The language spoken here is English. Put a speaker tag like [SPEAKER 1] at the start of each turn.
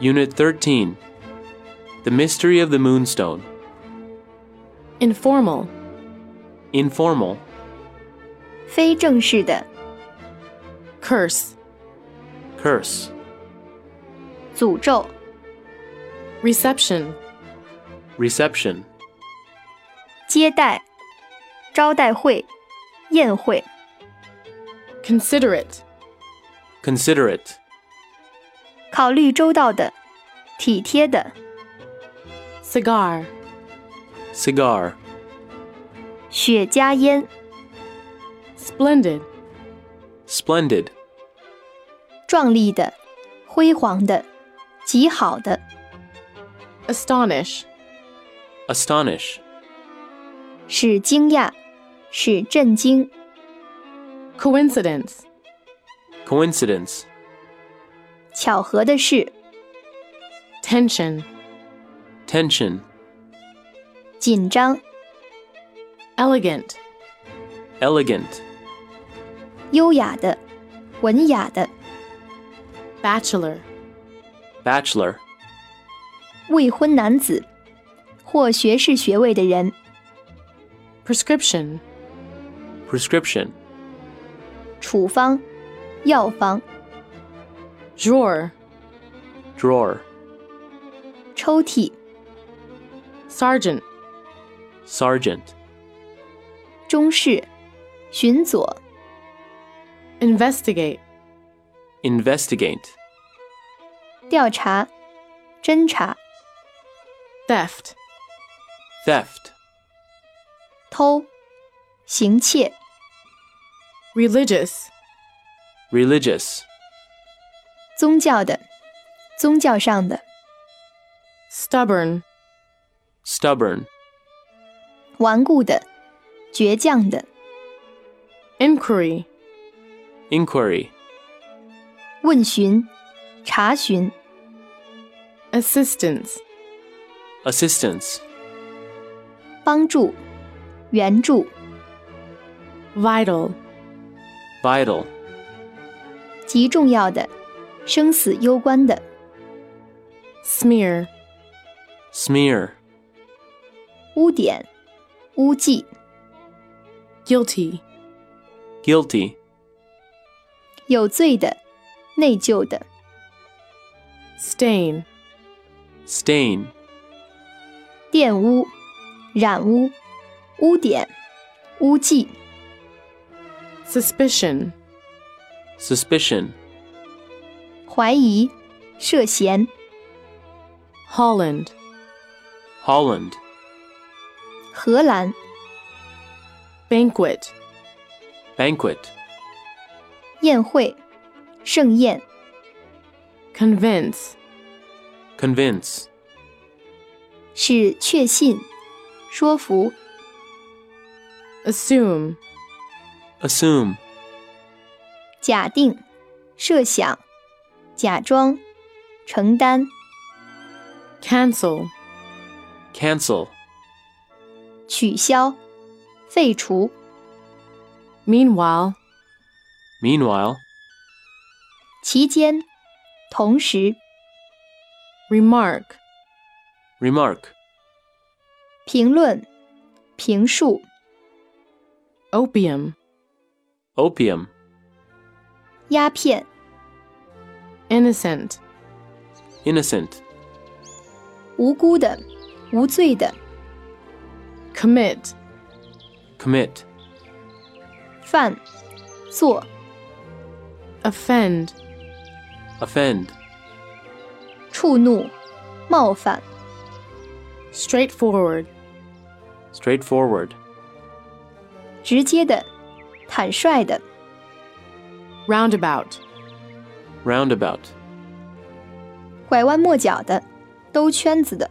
[SPEAKER 1] Unit 13 The Mystery of the Moonstone.
[SPEAKER 2] informal,
[SPEAKER 1] Informal.
[SPEAKER 3] 非正式的
[SPEAKER 2] curse,
[SPEAKER 1] Curse.
[SPEAKER 3] 诅咒
[SPEAKER 2] reception,
[SPEAKER 1] Reception.
[SPEAKER 3] 接待、招待会、宴会、
[SPEAKER 2] considerate,
[SPEAKER 1] Considerate.
[SPEAKER 3] 考虑周到的、体贴的、
[SPEAKER 2] cigar,
[SPEAKER 1] Cigar.
[SPEAKER 3] 雪茄烟、
[SPEAKER 2] splendid,
[SPEAKER 1] Splendid.
[SPEAKER 3] 壮丽的、辉煌的、极好的、
[SPEAKER 2] astonish,
[SPEAKER 1] Astonish.
[SPEAKER 3] 使惊讶、使震惊、
[SPEAKER 2] coincidence,
[SPEAKER 1] Coincidence.
[SPEAKER 3] 巧合的事、
[SPEAKER 2] tension,
[SPEAKER 1] Tension.
[SPEAKER 3] 紧张、
[SPEAKER 2] elegant,
[SPEAKER 1] Elegant.
[SPEAKER 3] 优雅的、文雅的、
[SPEAKER 2] bachelor,
[SPEAKER 1] Bachelor.
[SPEAKER 3] 未婚男子或学士学位的人、
[SPEAKER 2] prescription,
[SPEAKER 1] Prescription.
[SPEAKER 3] 处方、药方、
[SPEAKER 2] drawer,
[SPEAKER 1] Drawer.
[SPEAKER 3] 抽屉、
[SPEAKER 2] sergeant,
[SPEAKER 1] Sergeant.
[SPEAKER 3] 中士、巡佐、
[SPEAKER 2] investigate,
[SPEAKER 1] Investigate.
[SPEAKER 3] 调查、侦查、
[SPEAKER 2] theft,
[SPEAKER 1] Theft.
[SPEAKER 3] 偷、行窃、
[SPEAKER 2] religious,
[SPEAKER 1] Religious.
[SPEAKER 3] 宗教的、宗教上的、
[SPEAKER 2] stubborn,
[SPEAKER 1] Stubborn.
[SPEAKER 3] 顽固的、倔强的、
[SPEAKER 2] inquiry,
[SPEAKER 1] Inquiry.
[SPEAKER 3] 问询、查询、
[SPEAKER 2] assistance,
[SPEAKER 1] Assistance.
[SPEAKER 3] 帮助、援助、
[SPEAKER 2] vital,
[SPEAKER 1] Vital.
[SPEAKER 3] 极重要的、生死攸关的、
[SPEAKER 2] smear,
[SPEAKER 1] Smear.
[SPEAKER 3] 污点、污迹、
[SPEAKER 2] guilty,
[SPEAKER 1] Guilty.
[SPEAKER 3] 有罪的、内疚的、
[SPEAKER 2] stain,
[SPEAKER 1] Stain.
[SPEAKER 3] 玷污、染污、污点、污迹、
[SPEAKER 2] suspicion,
[SPEAKER 1] Suspicion.
[SPEAKER 3] 怀疑、涉嫌、
[SPEAKER 2] Holland,
[SPEAKER 1] Holland.
[SPEAKER 3] 荷兰、
[SPEAKER 2] banquet,
[SPEAKER 1] Banquet.
[SPEAKER 3] 宴会、盛宴、
[SPEAKER 2] convince,
[SPEAKER 1] Convince.
[SPEAKER 3] 是确信、说服、
[SPEAKER 2] assume,
[SPEAKER 1] Assume.
[SPEAKER 3] 假定、设想、假装、承担、
[SPEAKER 2] cancel,
[SPEAKER 1] Cancel.
[SPEAKER 3] 取消、废除、
[SPEAKER 2] meanwhile,
[SPEAKER 1] Meanwhile.
[SPEAKER 3] 期间、同时、
[SPEAKER 2] remark,
[SPEAKER 1] Remark.
[SPEAKER 3] 评论、评述、
[SPEAKER 2] opium,
[SPEAKER 1] Opium.
[SPEAKER 3] 鸦片、
[SPEAKER 2] innocent,
[SPEAKER 1] Innocent.
[SPEAKER 3] 无辜的、无罪的、
[SPEAKER 2] commit,
[SPEAKER 1] Commit.
[SPEAKER 3] 犯、做、
[SPEAKER 2] offend,
[SPEAKER 1] Offend.
[SPEAKER 3] 触怒、冒犯、
[SPEAKER 2] straightforward,
[SPEAKER 1] Straightforward.
[SPEAKER 3] 直接的、坦率的、
[SPEAKER 2] roundabout,
[SPEAKER 1] Roundabout.
[SPEAKER 3] 拐弯抹角的、兜圈子的、